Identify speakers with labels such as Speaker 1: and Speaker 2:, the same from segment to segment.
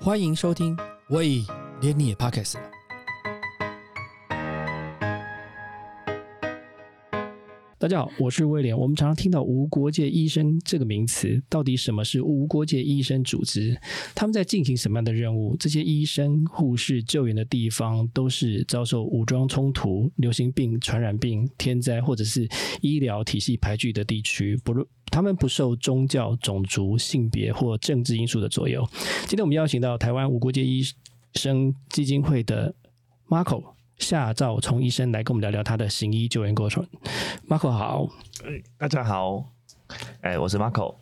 Speaker 1: 欢迎收听《喂，连你也 Pockets》。大家好，我是威廉。我们常常听到“无国界医生”这个名词，到底什么是无国界医生组织？他们在进行什么样的任务？这些医生、护士救援的地方都是遭受武装冲突、流行病、传染病、天灾或者是医疗体系排拒的地区，不论。他们不受宗教、种族、性别或政治因素的左右。今天我们邀请到台湾无国界医生基金会的 Marco 夏兆聪医生来跟我们聊聊他的行医救援过程。Marco 好，
Speaker 2: 大家好，哎、我是 Marco。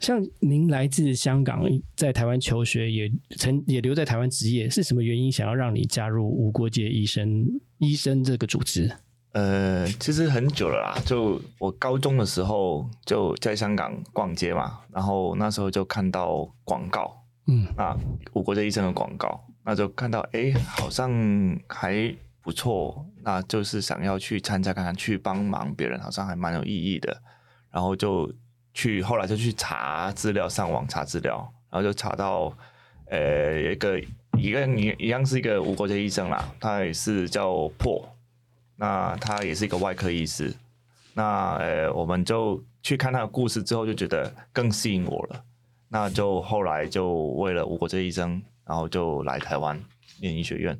Speaker 1: 像您来自香港，在台湾求学，也曾也留在台湾职业，是什么原因想要让你加入无国界医生医生这个组织？
Speaker 2: 呃，其实很久了啦，就我高中的时候就在香港逛街嘛，然后那时候就看到广告
Speaker 1: 嗯
Speaker 2: 啊，我国的医生的广告，那就看到哎、好像还不错，那就是想要去参加看看，去帮忙别人，好像还蛮有意义的，然后就去，后来就去查资料，上网查资料，然后就查到，呃，一个一个一一样是一个无国界医生啦，他也是叫破，那他也是一个外科医师，那呃，我们就去看他的故事之后，就觉得更吸引我了，那就后来就为了无国界医生，然后就来台湾念医学院，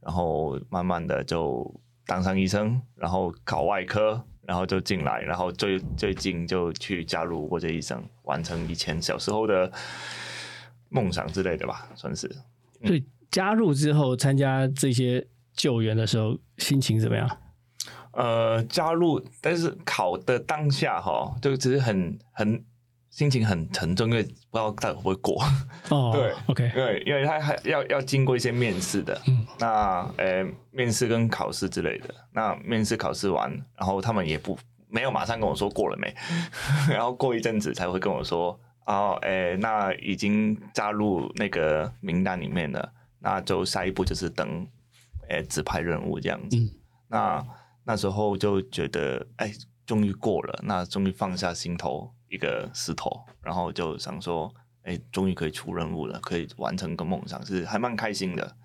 Speaker 2: 然后慢慢的就当上医生，然后考外科，然后就进来，然后最最近就去加入无国界医生，完成以前小时候的梦想之类的吧，算是。
Speaker 1: 所以加入之后参加这些救援的时候，心情怎么样？
Speaker 2: 呃，加入，但是考的当下哈，就其实很很心情很沉重，因为不知道到底会不会过，
Speaker 1: 哦，
Speaker 2: 对
Speaker 1: ，OK，
Speaker 2: 因为因为他还要要经过一些面试的，
Speaker 1: 嗯
Speaker 2: 那呃面试跟考试之类的，那面试考试完，然后他们也不没有马上跟我说过了没， 然后过一阵子才会跟我说，哦，诶，那已经加入那个名单里面了，那就下一步就是等，诶指派任务这样子。
Speaker 1: 嗯
Speaker 2: 那那时候就觉得，哎，终于过了，那终于放下心头一个石头，然后就想说，哎，终于可以出任务了，可以完成个梦想，是还蛮开心的。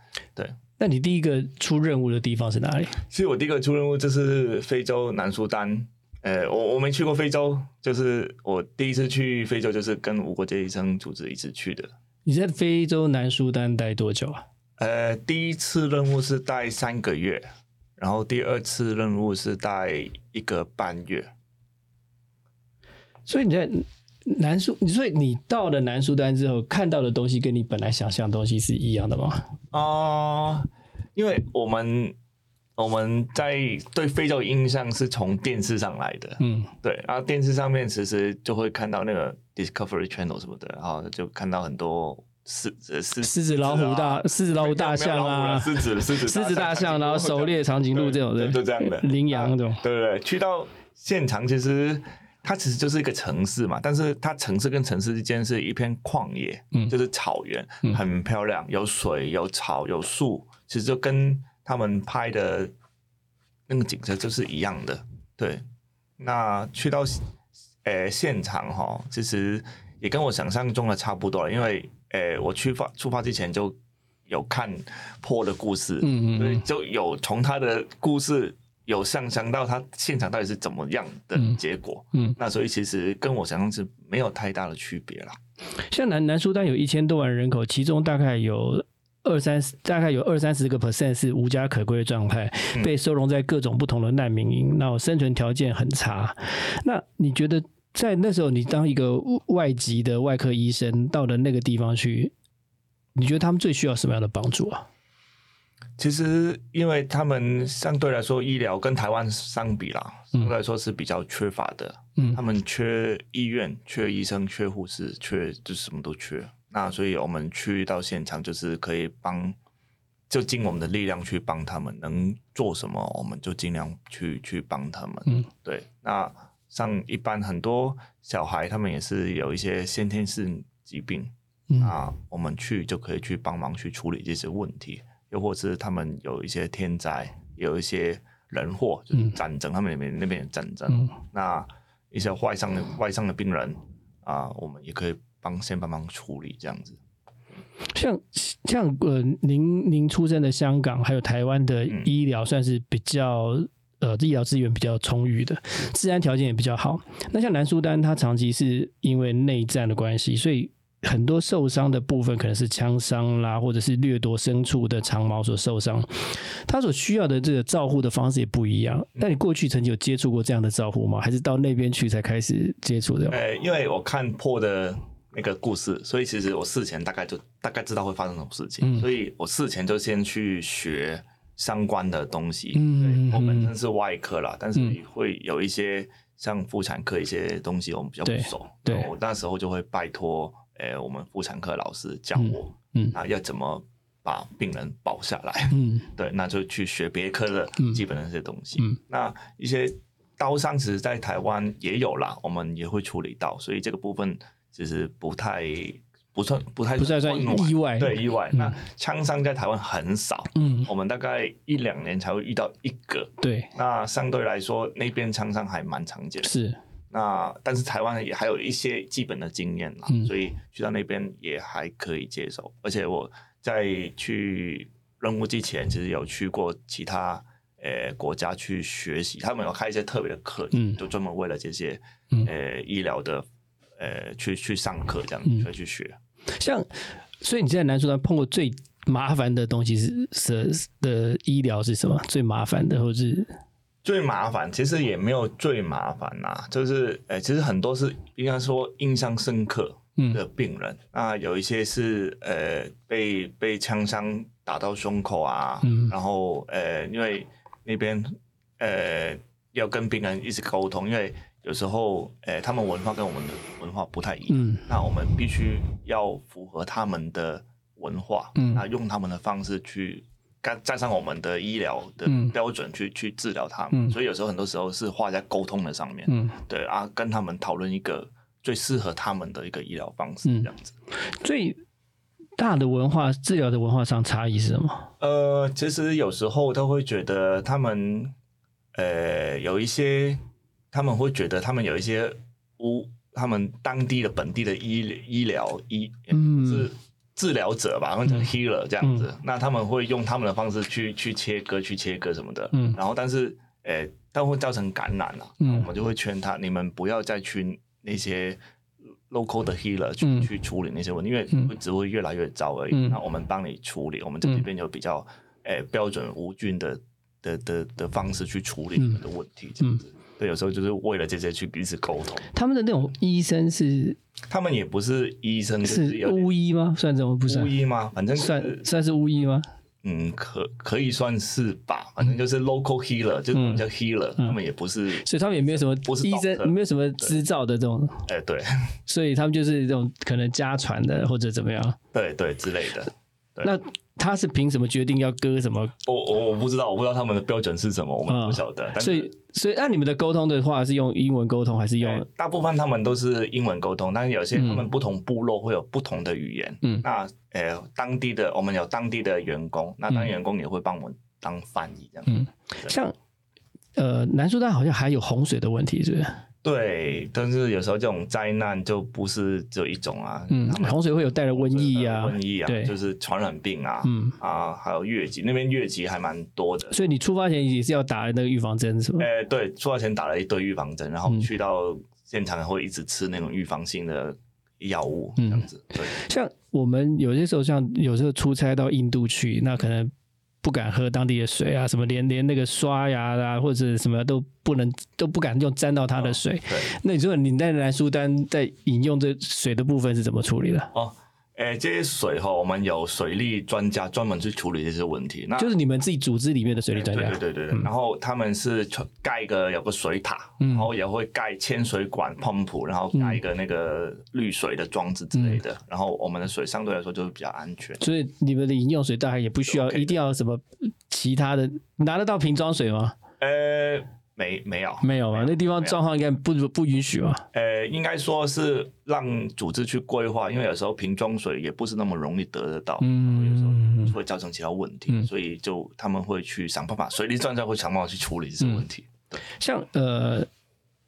Speaker 1: 那你第一个出任务的地方是哪里？
Speaker 2: 其实我第一个出任务就是非洲南苏丹，呃，我我没去过非洲，就是我第一次去非洲就是跟无国界医生组织一起去的。
Speaker 1: 你在非洲南苏丹待多久啊？
Speaker 2: 呃，第一次任务是待三个月，然后第二次任务是待一个半月。
Speaker 1: 所以你在南苏，所以你到了南苏丹之后看到的东西，跟你本来想象的东西是一样的吗？
Speaker 2: 哦、因为我们我们在对非洲的印象是从电视上来的，
Speaker 1: 嗯，
Speaker 2: 对，然后电视上面其实就会看到那个 Discovery Channel 什么的，然后就看到很多狮呃狮
Speaker 1: 狮子、老虎、大狮子、老虎、大象啊，
Speaker 2: 狮子、狮子、
Speaker 1: 狮子、大象，然后狩猎长颈鹿这种
Speaker 2: 对
Speaker 1: 的，
Speaker 2: 就这样的
Speaker 1: 羚羊啊那种。
Speaker 2: 对不对？去到现场，其实它其实就是一个城市嘛，但是它城市跟城市之间是一片旷野，
Speaker 1: 嗯
Speaker 2: 就是草原，
Speaker 1: 嗯
Speaker 2: 很漂亮，有水、有草、有树，其实就跟他们拍的那个景色就是一样的。对，那去到呃现场哈，其实也跟我想象中的差不多了，因为呃我去发出发之前就有看破的故事，
Speaker 1: 嗯嗯
Speaker 2: 所以
Speaker 1: 嗯
Speaker 2: 就有从他的故事有上想到他现场到底是怎么样的
Speaker 1: 嗯
Speaker 2: 结果。
Speaker 1: 嗯，
Speaker 2: 那所以其实跟我想象是没有太大的区别啦。
Speaker 1: 像南南苏丹有一千多万人口，其中大概有。二三十大概有二三十个 percent 是无家可归的状态，
Speaker 2: 嗯
Speaker 1: 被收容在各种不同的难民营，那生存条件很差。那你觉得在那时候，你当一个外籍的外科医生到了那个地方去，你觉得他们最需要什么样的帮助啊？
Speaker 2: 其实，因为他们相对来说医疗跟台湾相比啦，
Speaker 1: 嗯
Speaker 2: 相对来说是比较缺乏的。
Speaker 1: 嗯
Speaker 2: 他们缺医院、缺医生、缺护士、缺就是什么都缺。那所以我们去到现场，就是可以帮，就尽我们的力量去帮他们，能做什么我们就尽量去去帮他们。
Speaker 1: 嗯，
Speaker 2: 对。那像一般很多小孩，他们也是有一些先天性疾病，
Speaker 1: 嗯
Speaker 2: 啊，我们去就可以去帮忙去处理这些问题，又或是他们有一些天灾，有一些人祸，就是
Speaker 1: 嗯
Speaker 2: 战争，他们那边那边有战争，
Speaker 1: 嗯
Speaker 2: 那一些外伤的外伤的病人啊，我们也可以帮先帮忙处理这样子。
Speaker 1: 像像呃，您您出生的香港还有台湾的
Speaker 2: 嗯
Speaker 1: 医疗算是比较呃医疗资源比较充裕的，治安条件也比较好。那像南苏丹，他长期是因为内战的关系，所以很多受伤的部分可能是枪伤啦，或者是掠夺牲畜的长毛所受伤，他所需要的这个照护的方式也不一
Speaker 2: 嗯
Speaker 1: 样。那你过去曾经有接触过这样的照护吗？还是到那边去才开始接触的？
Speaker 2: 呃，因为我看破的那个故事，所以其实我事前大概就大概知道会发生什么事情，
Speaker 1: 嗯
Speaker 2: 所以我事前就先去学相关的东西。
Speaker 1: 嗯
Speaker 2: 对我
Speaker 1: 嗯
Speaker 2: 本身是外科啦，但是
Speaker 1: 嗯
Speaker 2: 会有一些像妇产科一些东西我们比较
Speaker 1: 对
Speaker 2: 不熟，
Speaker 1: 对
Speaker 2: 我那时候就会拜托呃我们妇产科老师教
Speaker 1: 嗯
Speaker 2: 我
Speaker 1: 嗯
Speaker 2: 啊要怎么把病人保下来。
Speaker 1: 嗯
Speaker 2: 对，那就去学别科的
Speaker 1: 嗯
Speaker 2: 基本的这些东西。
Speaker 1: 嗯
Speaker 2: 那一些刀伤，其实在台湾也有啦，我们也会处理到，所以这个部分其实不太不算不太
Speaker 1: 不太算
Speaker 2: 混乱
Speaker 1: 意外
Speaker 2: 对意外。
Speaker 1: 嗯
Speaker 2: 那枪伤在台湾很少，
Speaker 1: 嗯，
Speaker 2: 我们大概一两年才会遇到一个。
Speaker 1: 对，
Speaker 2: 那相对来说，那边枪伤还蛮常见的。
Speaker 1: 是
Speaker 2: 那但是台湾也还有一些基本的经验啦，
Speaker 1: 嗯
Speaker 2: 所以去到那边也还可以接受。而且我在去任务之前，其实有去过其他呃国家去学习，他们有开一些特别的课，
Speaker 1: 嗯
Speaker 2: 就专门为了这些
Speaker 1: 嗯
Speaker 2: 呃医疗的呃去去上课这样
Speaker 1: 嗯
Speaker 2: 去去学。
Speaker 1: 像，所以你在南苏丹碰过最麻烦的东西是是的医疗是什么？最麻烦的，或是
Speaker 2: 最麻烦其实也没有最麻烦啦，就是呃其实很多是应该说印象深刻，的
Speaker 1: 嗯
Speaker 2: 病人，那有一些是呃被被枪伤打到胸口啊，
Speaker 1: 嗯
Speaker 2: 然后呃因为那边呃要跟病人一直沟通，因为有时候呃他们文化跟我们的文化不太一样，
Speaker 1: 嗯
Speaker 2: 那我们必须要符合他们的文化，
Speaker 1: 嗯
Speaker 2: 那用他们的方式去。加加上我们的医疗的
Speaker 1: 嗯
Speaker 2: 标准去、去治疗他们，
Speaker 1: 嗯
Speaker 2: 所以有时候很多时候是花在沟通的上面。
Speaker 1: 嗯，
Speaker 2: 对啊，跟他们讨论一个最适合他们的一个医疗方式，
Speaker 1: 嗯
Speaker 2: 这样子。
Speaker 1: 最大的文化治疗的文化上差异是什么？
Speaker 2: 呃，其实有时候都会觉得他们，呃，有一些他们会觉得他们有一些无他们当地的本地的医医疗医
Speaker 1: 嗯
Speaker 2: 是治疗者吧，他们叫 healer 这样子，那他们会用他们的方式去去切割、去切割什么的，
Speaker 1: 嗯
Speaker 2: 然后但是，呃，但会造成感染啊，
Speaker 1: 嗯
Speaker 2: 我们就会劝他，你们不要再去那些 local 的 healer 去、
Speaker 1: 嗯
Speaker 2: 去处理那些问题，因为
Speaker 1: 嗯
Speaker 2: 会只会越来越糟而已。
Speaker 1: 嗯
Speaker 2: 那我们帮你处理，我们这
Speaker 1: 嗯
Speaker 2: 边有比较诶、呃标准无菌的的的的方式去处理
Speaker 1: 嗯
Speaker 2: 你们的问题，这样子。对，有时候就是为了这些去彼此沟通。
Speaker 1: 他们的那种医生是
Speaker 2: 他们也不是医生，就是
Speaker 1: 是
Speaker 2: 有点
Speaker 1: 巫医吗？算什么？不
Speaker 2: 巫
Speaker 1: 算，
Speaker 2: 医吗？反正就是
Speaker 1: 算算是巫医吗？
Speaker 2: 嗯，可可以算是吧。
Speaker 1: 嗯
Speaker 2: 反正就是 local healer，、就是我们叫 healer，、他们也不是
Speaker 1: 所以他们也没有什么
Speaker 2: 不是
Speaker 1: 医
Speaker 2: doctor
Speaker 1: 生，没有什么执照的这种，
Speaker 2: 哎、对
Speaker 1: 所以他们就是这种可能家传的或者怎么样。
Speaker 2: 对对之类的。对
Speaker 1: 那他是凭什么决定要割什么
Speaker 2: 我我我不知道，我不知道他们的标准是什么，我们
Speaker 1: 嗯
Speaker 2: 不晓得。但是
Speaker 1: 所以，所以那你们的沟通的话是用英文沟通还是用
Speaker 2: 对？大部分他们都是英文沟通，但是有些
Speaker 1: 嗯
Speaker 2: 他们不同部落会有不同的语言。
Speaker 1: 嗯
Speaker 2: 那呃，当地的我们有当地的员工，那当地员工也会帮我们当翻译这样。
Speaker 1: 嗯像呃南苏丹好像还有洪水的问题，是不是？
Speaker 2: 对，但是有时候这种灾难就不是只有一种啊，
Speaker 1: 嗯
Speaker 2: 他，们
Speaker 1: 洪水会有带来瘟疫呀、
Speaker 2: 瘟疫啊，
Speaker 1: 对
Speaker 2: 就是传染病啊，
Speaker 1: 嗯，
Speaker 2: 啊，还有疟疾，那边疟疾还蛮多的。
Speaker 1: 所以你出发前也是要打那个预防针，是吧？
Speaker 2: 呃，对，出发前打了一堆预防针，然后
Speaker 1: 嗯
Speaker 2: 去到现场会一直吃那种预防性的药物，这
Speaker 1: 嗯
Speaker 2: 样子。对，
Speaker 1: 像我们有些时候，像有时候出差到印度去，那可能不敢喝当地的水啊，什么连连那个刷牙啊或者什么都不能都不敢用沾到它
Speaker 2: 哦
Speaker 1: 的水。
Speaker 2: 对。
Speaker 1: 那你说你在南苏丹在饮用这水的部分是怎么处理的？
Speaker 2: 哦，诶，这些水哈，我们有水利专家专门去处理这些问题。那
Speaker 1: 就是你们自己组织里面的水利专家。
Speaker 2: 对对对对对，然后他们是出盖一个有个水塔，
Speaker 1: 嗯
Speaker 2: 然后也会盖铅水管、pump，然后盖一个那个滤水的装置之类的，
Speaker 1: 嗯
Speaker 2: 然后我们的水相对来说就是比较安全。
Speaker 1: 所以你们的饮用水大概也不需要
Speaker 2: OK 的
Speaker 1: 一定要什么其他的，拿得到瓶装水吗？
Speaker 2: 呃，没没有，
Speaker 1: 没有嘛，那地方状况应该不不允许嘛。
Speaker 2: 呃，应该说是让组织去规划，因为有时候瓶装水也不是那么容易得得
Speaker 1: 哦
Speaker 2: 到，
Speaker 1: 嗯
Speaker 2: 会造成其他问题，
Speaker 1: 嗯
Speaker 2: 所以就他们会去想办法，水利专家会想办法去处理这
Speaker 1: 嗯
Speaker 2: 个问题。
Speaker 1: 像呃，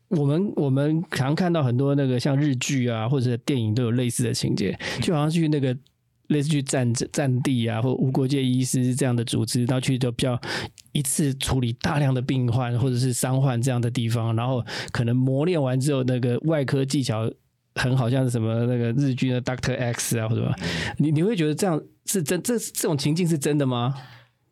Speaker 1: 我们我们常看到很多那个像日剧啊或者电影都有类似的情节，就好像去那个类似去战战地啊，或无国界医师这样的组织，然后去就比较一次处理大量的病患或者是伤患这样的地方，然后可能磨练完之后，那个外科技巧很好，像是什么那个日剧的 Doctor X 啊，或者什么，你你会觉得这样是真这这种情境是真的吗？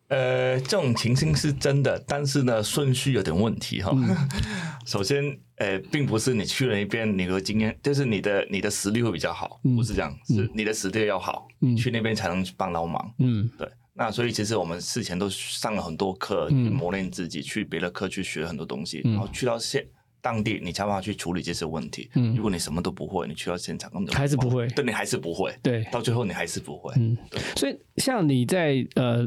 Speaker 2: 呃，这种情形是真的，但是呢，顺序有点问题哈、
Speaker 1: 嗯
Speaker 2: 首先，呃，并不是你去了一遍，你的经验就是你的你的实力会比较好，
Speaker 1: 嗯
Speaker 2: 不是这样，是你的实力要好，
Speaker 1: 嗯
Speaker 2: 去那边才能帮到忙。
Speaker 1: 嗯
Speaker 2: 对，那所以其实我们事前都上了很多课，去
Speaker 1: 嗯
Speaker 2: 磨练自己，去别的课去学很多东西，
Speaker 1: 嗯
Speaker 2: 然后去到现当地，你才有办法去处理这些问题。
Speaker 1: 嗯
Speaker 2: 如果你什么都不会，你去到现场根本就
Speaker 1: 还是不会
Speaker 2: 对你还是不会，
Speaker 1: 对，
Speaker 2: 到最后你还是不会。
Speaker 1: 嗯，所以像你在呃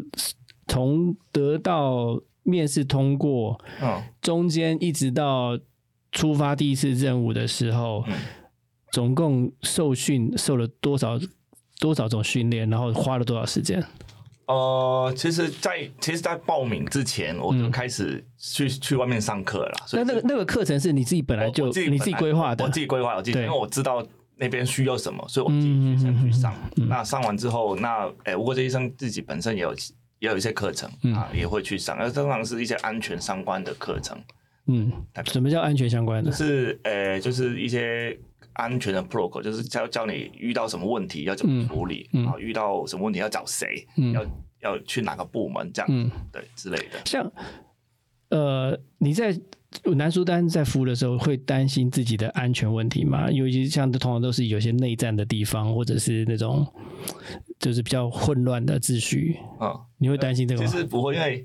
Speaker 1: 从得到面试通过，
Speaker 2: 嗯
Speaker 1: 中间一直到出发第一次任务的时候，
Speaker 2: 嗯
Speaker 1: 总共受训受了多少多少种训练，然后花了多少时间？
Speaker 2: 呃，其实在，其实，在报名之前，我就
Speaker 1: 嗯
Speaker 2: 开始去、去外面上课了啦。所以
Speaker 1: 那那个那个课程是你自己本来
Speaker 2: 我
Speaker 1: 就
Speaker 2: 我自己
Speaker 1: 你
Speaker 2: 本
Speaker 1: 自己
Speaker 2: 来
Speaker 1: 规划的
Speaker 2: 我自，己规划，我自己，
Speaker 1: 对嗯
Speaker 2: 因为我知道那边需要什么，所以我自己去先去上。那上完之后，那诶，吴国这医生自己本身也有也有一些课程、
Speaker 1: 嗯
Speaker 2: 啊，也会去上，那通常是一些安全相关的课程，
Speaker 1: 嗯，什么叫安全相关的
Speaker 2: 就？是诶，就是一些。安全的 protocol 就是教教你遇到什么问题要怎
Speaker 1: 嗯
Speaker 2: 么处理，啊，遇到什么问题要找谁，要要去哪个部门这样子，
Speaker 1: 嗯
Speaker 2: 对之类的。
Speaker 1: 像呃，你在南苏丹在服务的时候，会担心自己的安全问题吗？尤其像通常都是有些内战的地方，或者是那种就是比较混乱的秩序，
Speaker 2: 嗯，
Speaker 1: 你会担心这个
Speaker 2: 其
Speaker 1: 吗？
Speaker 2: 实不会，因为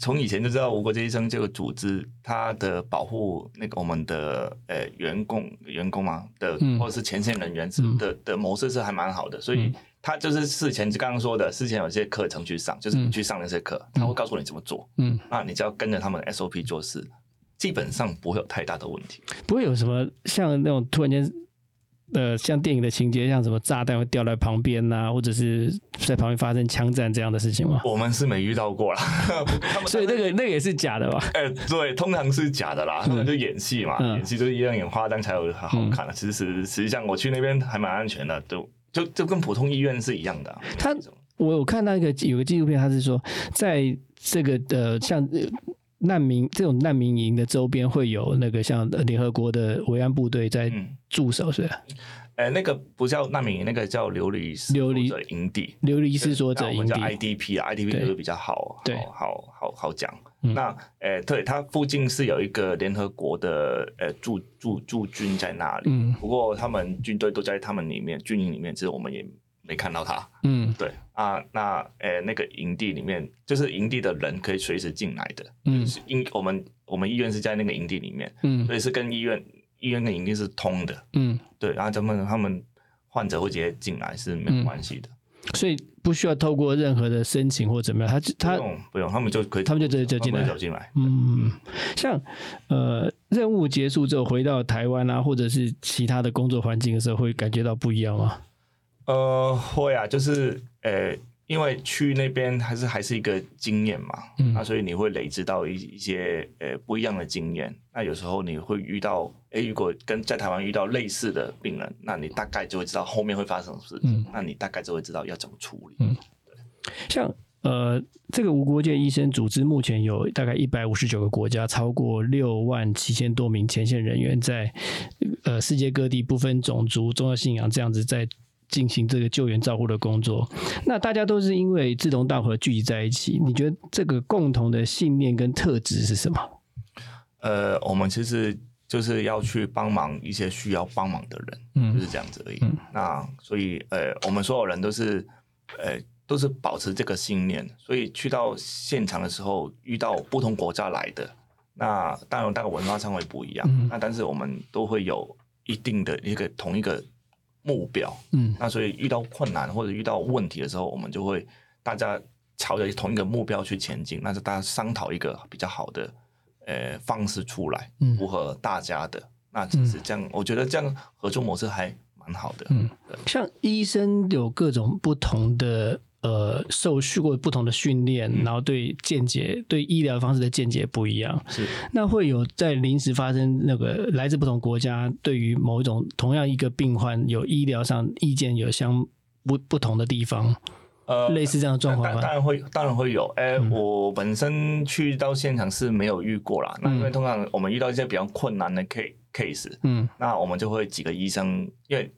Speaker 2: 从以前就知道无国界医生这个组织，它的保护那个我们的呃员工员工嘛的，
Speaker 1: 嗯
Speaker 2: 或者是前线人员是的的模式是还蛮好的，所以他就是事前就刚刚说的，事前有些课程去上，就是你去上那些课，他会告诉你怎么做，
Speaker 1: 嗯，
Speaker 2: 那你只要跟着他们的 SOP 做事，基本上不会有太大的问题。
Speaker 1: 不会有什么像那种突然间。呃，像电影的情节，像什么炸弹会掉在旁边呐、或者是在旁边发生枪战这样的事情吗？
Speaker 2: 我们是没遇到过啦， 他们
Speaker 1: 所以那个那个也是假的吧？
Speaker 2: 哎、对，通常是假的啦，他们就演戏嘛，
Speaker 1: 嗯
Speaker 2: 演戏就是一样演花灯才有好看啊的、其实实际上我去那边还蛮安全的，就就就跟普通医院是一样的啊。
Speaker 1: 他我有看到一个有个纪录片，他是说在这个呃像呃难民这种难民营的周边会有那个像呃联合国的维安部队在
Speaker 2: 嗯
Speaker 1: 驻守，是吧？
Speaker 2: 哎、那个不叫难民营，那个叫流离失
Speaker 1: 流离
Speaker 2: 所者营地，
Speaker 1: 流离失所者
Speaker 2: 那我
Speaker 1: 营
Speaker 2: 们叫
Speaker 1: 地，
Speaker 2: IDP 啊，IDP
Speaker 1: 对
Speaker 2: 就是比较好，
Speaker 1: 对
Speaker 2: 好好好好讲。
Speaker 1: 嗯
Speaker 2: 那哎、对，它附近是有一个联合国的呃驻驻驻军在那里、
Speaker 1: 嗯
Speaker 2: 不过他们军队都在他们里面军营里面，其实我们也没看到他。
Speaker 1: 嗯
Speaker 2: 对啊，那呃那个营地里面，就是营地的人可以随时进来的。
Speaker 1: 嗯
Speaker 2: 是因我们我们医院是在那个营地里面，
Speaker 1: 嗯
Speaker 2: 所以是跟医院医院跟营地是通的。
Speaker 1: 嗯，
Speaker 2: 对，然后他们他们患者会直接进来是
Speaker 1: 嗯
Speaker 2: 没有关系的，
Speaker 1: 所以不需要透过任何的申请或怎么样，他
Speaker 2: 不
Speaker 1: 他
Speaker 2: 用不用，他们就可以
Speaker 1: 他们就直接就进来
Speaker 2: 他们就走进来。
Speaker 1: 嗯，像呃任务结束之后回到台湾啊，或者是其他的工作环境的时候，会感觉到不一样吗？
Speaker 2: 呃，会啊，就是呃，因为去那边还是还是一个经验嘛，
Speaker 1: 嗯
Speaker 2: 那所以你会累积到一一些呃不一样的经验。那有时候你会遇到，哎，如果跟在台湾遇到类似的病人，那你大概就会知道后面会发生什么事情，
Speaker 1: 嗯
Speaker 2: 那你大概就会知道要怎么处理。
Speaker 1: 像呃，这个无国界医生组织目前有大概一百五十九个国家，超过六万七千多名前线人员在呃世界各地不分种族、宗教信仰这样子在。进行这个救援照护的工作，那大家都是因为志同道合聚集在一起。你觉得这个共同的信念跟特质是什么？
Speaker 2: 呃，我们其实就是要去帮忙一些需要帮忙的人，
Speaker 1: 嗯
Speaker 2: 就是这样子而已。那所以呃，我们所有人都是呃都是保持这个信念，所以去到现场的时候，遇到不同国家来的，那当然那个文化上会不一样，
Speaker 1: 嗯
Speaker 2: 那但是我们都会有一定的一个同一个目标，
Speaker 1: 嗯
Speaker 2: 那所以遇到困难或者遇到问题的时候，我们就会大家朝着同一个目标去前进，那就大家商讨一个比较好的呃方式出来
Speaker 1: 嗯，
Speaker 2: 符合大家的。那其实这样，我觉得这样合作模式还蛮好的。
Speaker 1: 嗯，像医生有各种不同的呃受训过不同的训练，然后对见解、对医疗方式的见解不一样。
Speaker 2: 是
Speaker 1: 那会有在临时发生那个来自不同国家对于某一种同样一个病患有医疗上意见有相不不同的地方，
Speaker 2: 呃，
Speaker 1: 类似这样的状况
Speaker 2: 当
Speaker 1: 吗
Speaker 2: 当？然会，当然会有。哎、
Speaker 1: 嗯
Speaker 2: 我本身去到现场是没有遇过啦。那因为
Speaker 1: 嗯
Speaker 2: 通常我们遇到一些比较困难的 case case，
Speaker 1: 嗯
Speaker 2: 那我们就会几个医生，因为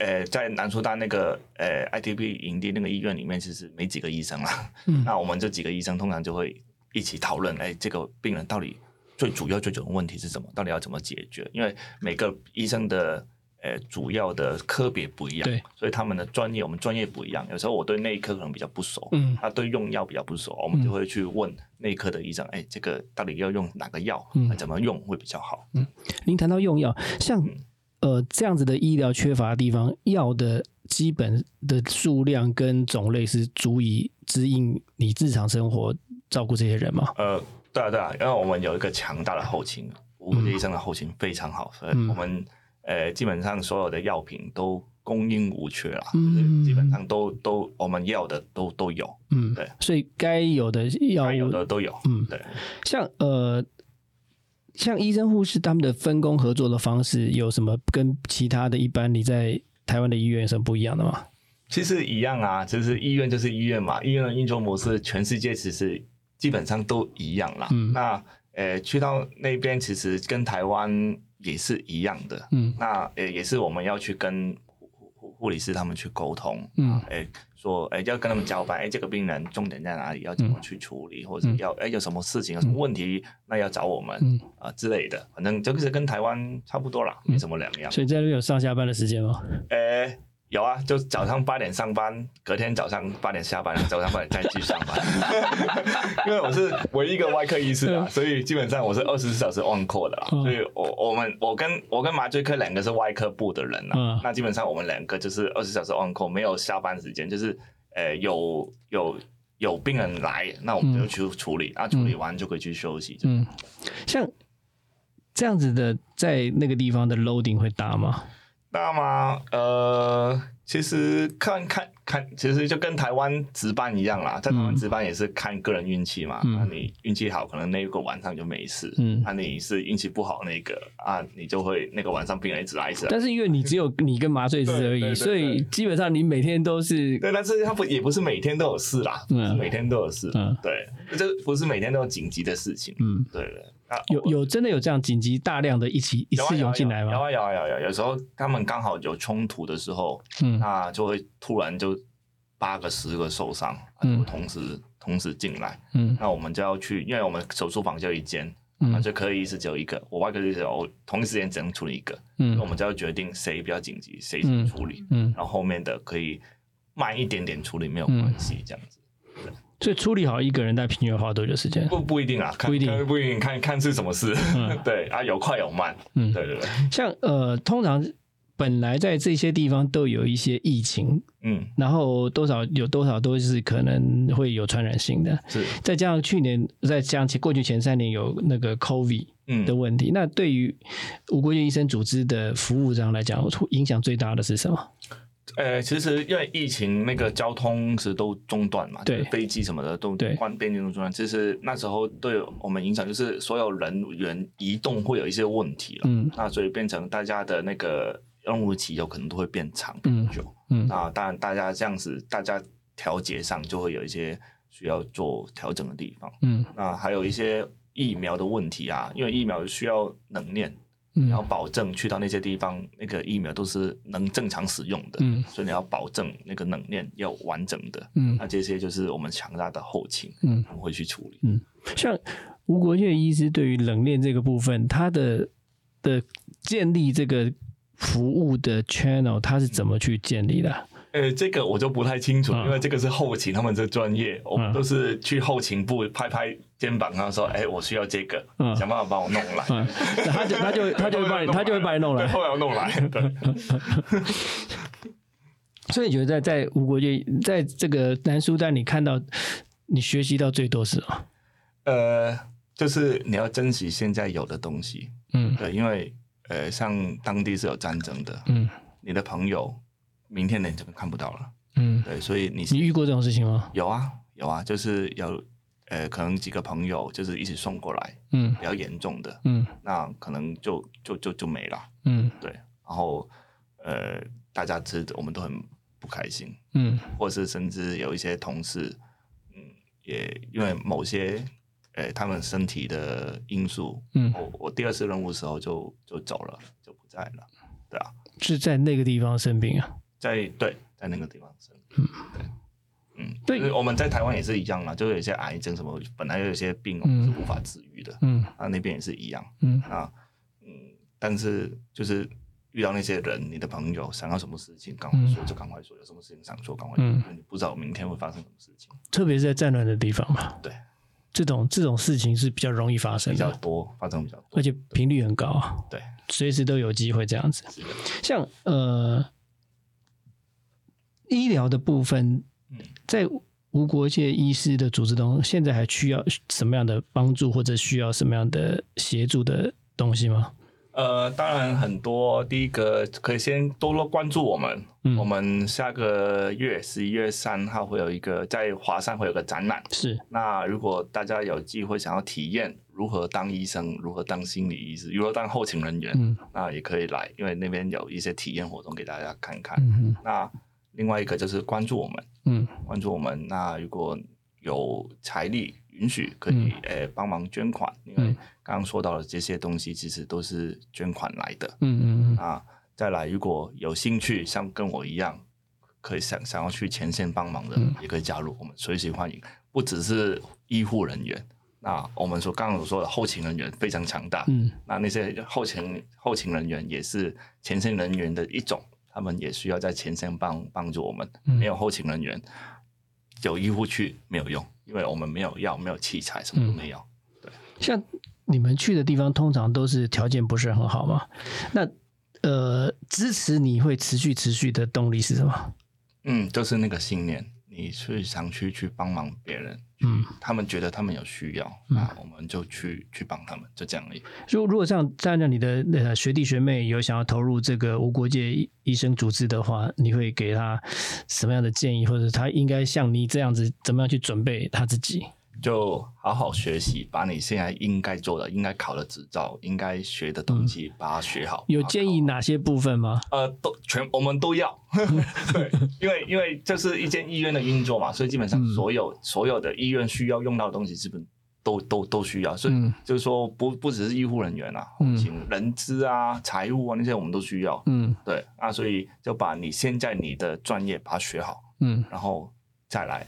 Speaker 2: 呃，在南苏丹那个呃 ITP 营地那个医院里面，其实没几个医生啦。
Speaker 1: 嗯
Speaker 2: 那我们这几个医生通常就会一起讨论，哎，这个病人到底最主要最主要的问题是什么？到底要怎么解决？因为每个医生的呃主要的科别不一样，
Speaker 1: 对，
Speaker 2: 所以他们的专业我们专业不一样。有时候我对内科可能比较不熟，
Speaker 1: 嗯
Speaker 2: 他对用药比较不熟，我们就会去问内科的医生，哎，这个到底要用哪个药
Speaker 1: 嗯，
Speaker 2: 怎么用会比较好？
Speaker 1: 您谈到用药，像
Speaker 2: 嗯
Speaker 1: 呃这样子的医疗缺乏的地方，药的基本的数量跟种类是足以指引你日常生活照顾这些人吗？
Speaker 2: 呃，对啊，对啊，因为我们有一个强大的后勤，吴国医生的后勤非常好，所以
Speaker 1: 嗯
Speaker 2: 我们呃基本上所有的药品都供应无缺啦，
Speaker 1: 嗯
Speaker 2: 就是基本上都都我们要的都都有，
Speaker 1: 嗯，
Speaker 2: 对，
Speaker 1: 所以该有的药
Speaker 2: 该有
Speaker 1: 物，
Speaker 2: 的都有，
Speaker 1: 嗯，
Speaker 2: 对，
Speaker 1: 像呃。像医生、护士他们的分工合作的方式有什么跟其他的一般你在台湾的医院有什么不一样的吗？
Speaker 2: 其实一样啊，就是医院就是医院嘛，医院的运作模式全世界其实基本上都一样啦。
Speaker 1: 嗯
Speaker 2: 那呃，去到那边其实跟台湾也是一样的。
Speaker 1: 嗯
Speaker 2: 那呃，也是我们要去跟护护护理师他们去沟通，
Speaker 1: 嗯
Speaker 2: 哎，说哎要跟他们交代，哎这个病人重点在哪里，要怎么去处理，或者要哎有什么事情有什么问题，那要找我们
Speaker 1: 嗯，
Speaker 2: 啊、之类的，反正就是跟台湾差不多啦，没什么两样。
Speaker 1: 所以在那边有上下班的时间吗？
Speaker 2: 呃，有啊，就早上八点上班，隔天早上八点下班，早上八点再继续上班。 因为我是唯一一个外科医师啊，所以基本上我是二十四小时 on call 的啦。
Speaker 1: 嗯
Speaker 2: 所以我我们我跟我跟麻醉科两个是外科部的人啦，
Speaker 1: 嗯
Speaker 2: 那基本上我们两个就是二十小时 on call，没有下班时间，就是呃有有。有病人来，那我们就去处理，那、处理完就可以去休息。就
Speaker 1: 嗯，像这样子的，在那个地方的 loading 会大吗？
Speaker 2: 那么呃，其实看看看，其实就跟台湾值班一样啦，在台湾
Speaker 1: 嗯
Speaker 2: 值班也是看个人运气嘛。
Speaker 1: 嗯
Speaker 2: 那你运气好，可能那个晚上就没事；
Speaker 1: 嗯
Speaker 2: 那、你是运气不好那个啊，你就会那个晚上病人一直来一啊直来。
Speaker 1: 但是因为你只有你跟麻醉师而
Speaker 2: 对对
Speaker 1: 已，
Speaker 2: 对
Speaker 1: 所以基本上你每天都是
Speaker 2: 对，但是他不也不是每天都有事啦，
Speaker 1: 嗯
Speaker 2: 不是每天都有事，
Speaker 1: 嗯
Speaker 2: 对，这不是每天都有紧急的事情，
Speaker 1: 嗯，
Speaker 2: 对对。啊
Speaker 1: 有有真的有这样紧急大量的一起一
Speaker 2: 有啊
Speaker 1: 次
Speaker 2: 有啊
Speaker 1: 涌进来
Speaker 2: 有
Speaker 1: 吗？
Speaker 2: 啊有啊有啊有啊有时候他们刚好有冲突的时候，
Speaker 1: 嗯
Speaker 2: 那就会突然就八个十个受伤，啊
Speaker 1: 嗯
Speaker 2: 就同时、同时进来，
Speaker 1: 嗯
Speaker 2: 那我们就要去，因为我们手术房就一间，那
Speaker 1: 嗯
Speaker 2: 就可以是只有一个，我外科医生我同一时间只能处理一个，那我
Speaker 1: 嗯
Speaker 2: 们就要决定谁比较紧急，谁
Speaker 1: 嗯
Speaker 2: 先处理，
Speaker 1: 嗯，
Speaker 2: 然后后面的可以慢一点点处理没有关
Speaker 1: 嗯
Speaker 2: 系，这样子。
Speaker 1: 所以处理好一个人，大概平均要花多久时间？
Speaker 2: 不不一定啊，看
Speaker 1: 不一定
Speaker 2: 看不一定，看看是什么事，
Speaker 1: 嗯
Speaker 2: 对啊，有快有慢，
Speaker 1: 嗯，
Speaker 2: 对对对，
Speaker 1: 像呃，通常本来在这些地方都有一些疫情，
Speaker 2: 嗯，
Speaker 1: 然后多少有多少都是可能会有传染性的，
Speaker 2: 是，
Speaker 1: 再加上去年，再加上前过去前三年有那个 COVID
Speaker 2: 嗯
Speaker 1: 的，问题，那对于无国界医生组织的服务上来讲，影响最大的是什么？
Speaker 2: 呃，其实因为疫情，那个交通是都中断嘛，
Speaker 1: 对
Speaker 2: 就是飞机什么的都
Speaker 1: 对
Speaker 2: 关边境都中断。其实那时候对我们影响就是所有人员移动会有一些问题了，
Speaker 1: 嗯
Speaker 2: 那所以变成大家的那个任务期有可能都会变长
Speaker 1: 嗯
Speaker 2: 变久。
Speaker 1: 嗯
Speaker 2: 那当然，大家这样子，大家调节上就会有一些需要做调整的地方。
Speaker 1: 嗯
Speaker 2: 那还有一些疫苗的问题啊，因为疫苗需要能量，你要
Speaker 1: 嗯
Speaker 2: 保证去到那些地方，那个疫苗都是能正常使用的。
Speaker 1: 嗯
Speaker 2: 所以你要保证那个冷链要完整的。
Speaker 1: 嗯
Speaker 2: 那这些就是我们强大的后勤，
Speaker 1: 嗯，
Speaker 2: 我们会去处理。
Speaker 1: 像无国界医师对于冷链这个部分，它的的建立这个服务的 channel，它是怎么去建立的？
Speaker 2: 呃，这个我就不太清楚，
Speaker 1: 嗯
Speaker 2: 因为这个是后勤他们的专业，我
Speaker 1: 嗯
Speaker 2: 们都是去后勤部拍拍肩膀，然后说：“哎，我需要这个
Speaker 1: 嗯，
Speaker 2: 想办法帮我弄来。
Speaker 1: 嗯，那他就他就他就会 帮你，他就会帮你弄
Speaker 2: 对”
Speaker 1: 来。
Speaker 2: 后来我弄来，对，
Speaker 1: 所以你觉得在在无国界，在这个南苏丹，你看到你学习到最多是什么？
Speaker 2: 呃，就是你要珍惜现在有的东西，
Speaker 1: 嗯
Speaker 2: 对，因为呃，像当地是有战争的，
Speaker 1: 嗯
Speaker 2: 你的朋友明天你就看不到了，
Speaker 1: 嗯，
Speaker 2: 对，所以你
Speaker 1: 你遇过这种事情吗？
Speaker 2: 有啊，有啊，就是有，呃，可能几个朋友就是一起送过来，
Speaker 1: 嗯
Speaker 2: 比较严重的，
Speaker 1: 嗯
Speaker 2: 那可能就就就就没了，
Speaker 1: 嗯
Speaker 2: 对。然后，呃，大家吃，我们都很不不开心，
Speaker 1: 嗯
Speaker 2: 或是甚至有一些同事，嗯，也因为某些呃他们身体的因素，
Speaker 1: 嗯，
Speaker 2: 我我第二次任务的时候就就走了，就不在了，对啊，
Speaker 1: 是在那个地方生病啊。
Speaker 2: 在对在那个地方生
Speaker 1: 嗯
Speaker 2: 病，对，嗯，
Speaker 1: 对
Speaker 2: 就是我们在台湾也是一样啦，就是有一些癌症什么，本来有一些病我
Speaker 1: 嗯
Speaker 2: 们是无法治愈的，
Speaker 1: 嗯
Speaker 2: 那那边也是一样，
Speaker 1: 嗯
Speaker 2: 啊，嗯，但是就是遇到那些人，你的朋友想要什么事情，赶快说就赶快说，有什么事情想说赶快说，
Speaker 1: 嗯
Speaker 2: 因为你不知道明天会发生什么事情，
Speaker 1: 特别是在战乱的地方嘛，
Speaker 2: 对，
Speaker 1: 这种这种事情是比较容易发生
Speaker 2: 比较
Speaker 1: 的，
Speaker 2: 多，发生比较多
Speaker 1: 而，且频率很高啊，
Speaker 2: 对，
Speaker 1: 随时都有机会这样子。
Speaker 2: 是的，
Speaker 1: 像呃，医疗的部分
Speaker 2: 嗯，
Speaker 1: 在无国界医师的组织中，现在还需要什么样的帮助，或者需要什么样的协助的东西吗？
Speaker 2: 呃，当然很多，第一个可以先多多关注我们，
Speaker 1: 嗯
Speaker 2: 我们下个月十一月三号会有一个在华山会有个展览。
Speaker 1: 是，
Speaker 2: 那如果大家有机会想要体验如何当医生、如何当心理医师、如何当后勤人员，
Speaker 1: 嗯
Speaker 2: 那也可以来，因为那边有一些体验活动给大家看看。
Speaker 1: 嗯
Speaker 2: 那另外一个就是关注我们，
Speaker 1: 嗯
Speaker 2: 关注我们。那如果有财力允许，可以呃帮忙捐款，因为
Speaker 1: 嗯
Speaker 2: 刚刚说到的这些东西其实都是捐款来的。
Speaker 1: 嗯嗯嗯
Speaker 2: 啊，再来，如果有兴趣像跟我一样，可以想想要去前线帮忙的，
Speaker 1: 嗯
Speaker 2: 也可以加入我们，随时欢迎。不只是医护人员，那我们所刚刚所说的后勤人员非常强大，
Speaker 1: 嗯
Speaker 2: 那那些后勤后勤人员也是前线人员的一种，他们也需要在前线帮帮助我们。
Speaker 1: 嗯
Speaker 2: 没有后勤人员，有医护去没有用，因为我们没有药，没有器材，什么都
Speaker 1: 嗯
Speaker 2: 没有。
Speaker 1: 像你们去的地方，通常都是条件不是很好嘛？那呃，支持你会持续持续的动力是什么？
Speaker 2: 嗯，就是那个信念，你去想去去帮忙别人，
Speaker 1: 嗯，
Speaker 2: 他们觉得他们有需要，
Speaker 1: 嗯
Speaker 2: 那我们就去去帮他们，就这样而已。
Speaker 1: 如如果像站在你的呃学弟学妹有想要投入这个无国界医医生组织的话，你会给他什么样的建议，或者他应该像你这样子怎么样去准备他自己？
Speaker 2: 就好好学习，把你现在应该做的、应该考的执照、应该学的东西，把它学好。
Speaker 1: 嗯有
Speaker 2: 把它
Speaker 1: 建
Speaker 2: 考
Speaker 1: 议哪些部分吗？
Speaker 2: 呃，都全我们 都要，对，因为因为这是一间医院的运作嘛，所以基本上
Speaker 1: 嗯
Speaker 2: 所有、所有的医院需要用到的东西，基本都都都需要，所以
Speaker 1: 嗯
Speaker 2: 就是说不不只是医护人员啊，后
Speaker 1: 嗯
Speaker 2: 勤、人资啊、财务啊那些我们都需要，
Speaker 1: 嗯
Speaker 2: 对，那所以就把你现在你的专业把它学好，
Speaker 1: 嗯，
Speaker 2: 然后再来，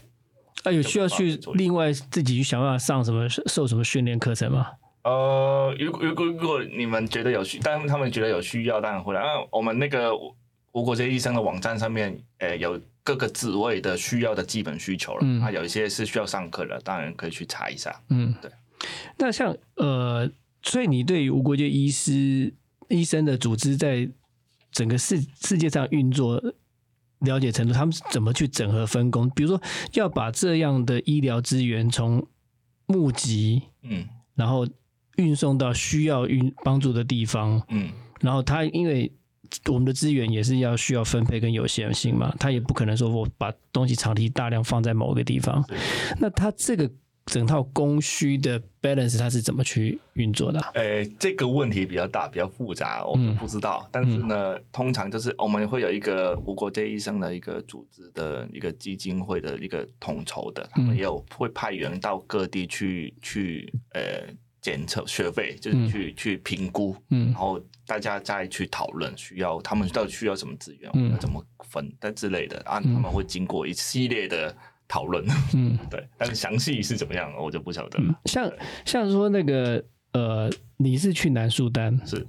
Speaker 1: 啊，有需要去另外自己去想办法上什么受什么训练课程吗？
Speaker 2: 呃，如果如果如果你们觉得有需，但他们觉得有需要，当然会来。那我们那个无无国界医生的网站上面，呃，有各个职位的需要的基本需求了。
Speaker 1: 嗯
Speaker 2: 啊，有一些是需要上课的，当然可以去查一下。
Speaker 1: 嗯，
Speaker 2: 对。
Speaker 1: 那像呃，所以你对于无国界医师医生的组织在整个世世界上运作了解程度，他们是怎么去整合分工？比如说，要把这样的医疗资源从募集，
Speaker 2: 嗯
Speaker 1: 然后运送到需要运帮助的地方，
Speaker 2: 嗯，
Speaker 1: 然后他因为。我们的资源也是要需要分配跟有限性嘛，他也不可能说我把东西长期大量放在某个地方，
Speaker 2: 是
Speaker 1: 那它这个整套供需的 balance 它是怎么去运作的啊、
Speaker 2: 呃，这个问题比较大，比较复杂，我们
Speaker 1: 嗯
Speaker 2: 不知道。但是呢，通常就是我们会有一个无国界医生的一个组织的一个基金会的一个统筹的，他
Speaker 1: 嗯
Speaker 2: 们也有会派员到各地去去呃检测学费，就
Speaker 1: 嗯
Speaker 2: 是去、去评估，
Speaker 1: 嗯
Speaker 2: 然后大家再去讨论需要他们到底需要什么资
Speaker 1: 嗯
Speaker 2: 源，我们要怎么分，但之类的啊，他
Speaker 1: 嗯
Speaker 2: 们会经过一系列的讨论，
Speaker 1: 嗯
Speaker 2: 对，但是详细是怎么样我就不晓得
Speaker 1: 嗯
Speaker 2: 了。，
Speaker 1: 像像说那个呃，你是去南苏丹，
Speaker 2: 是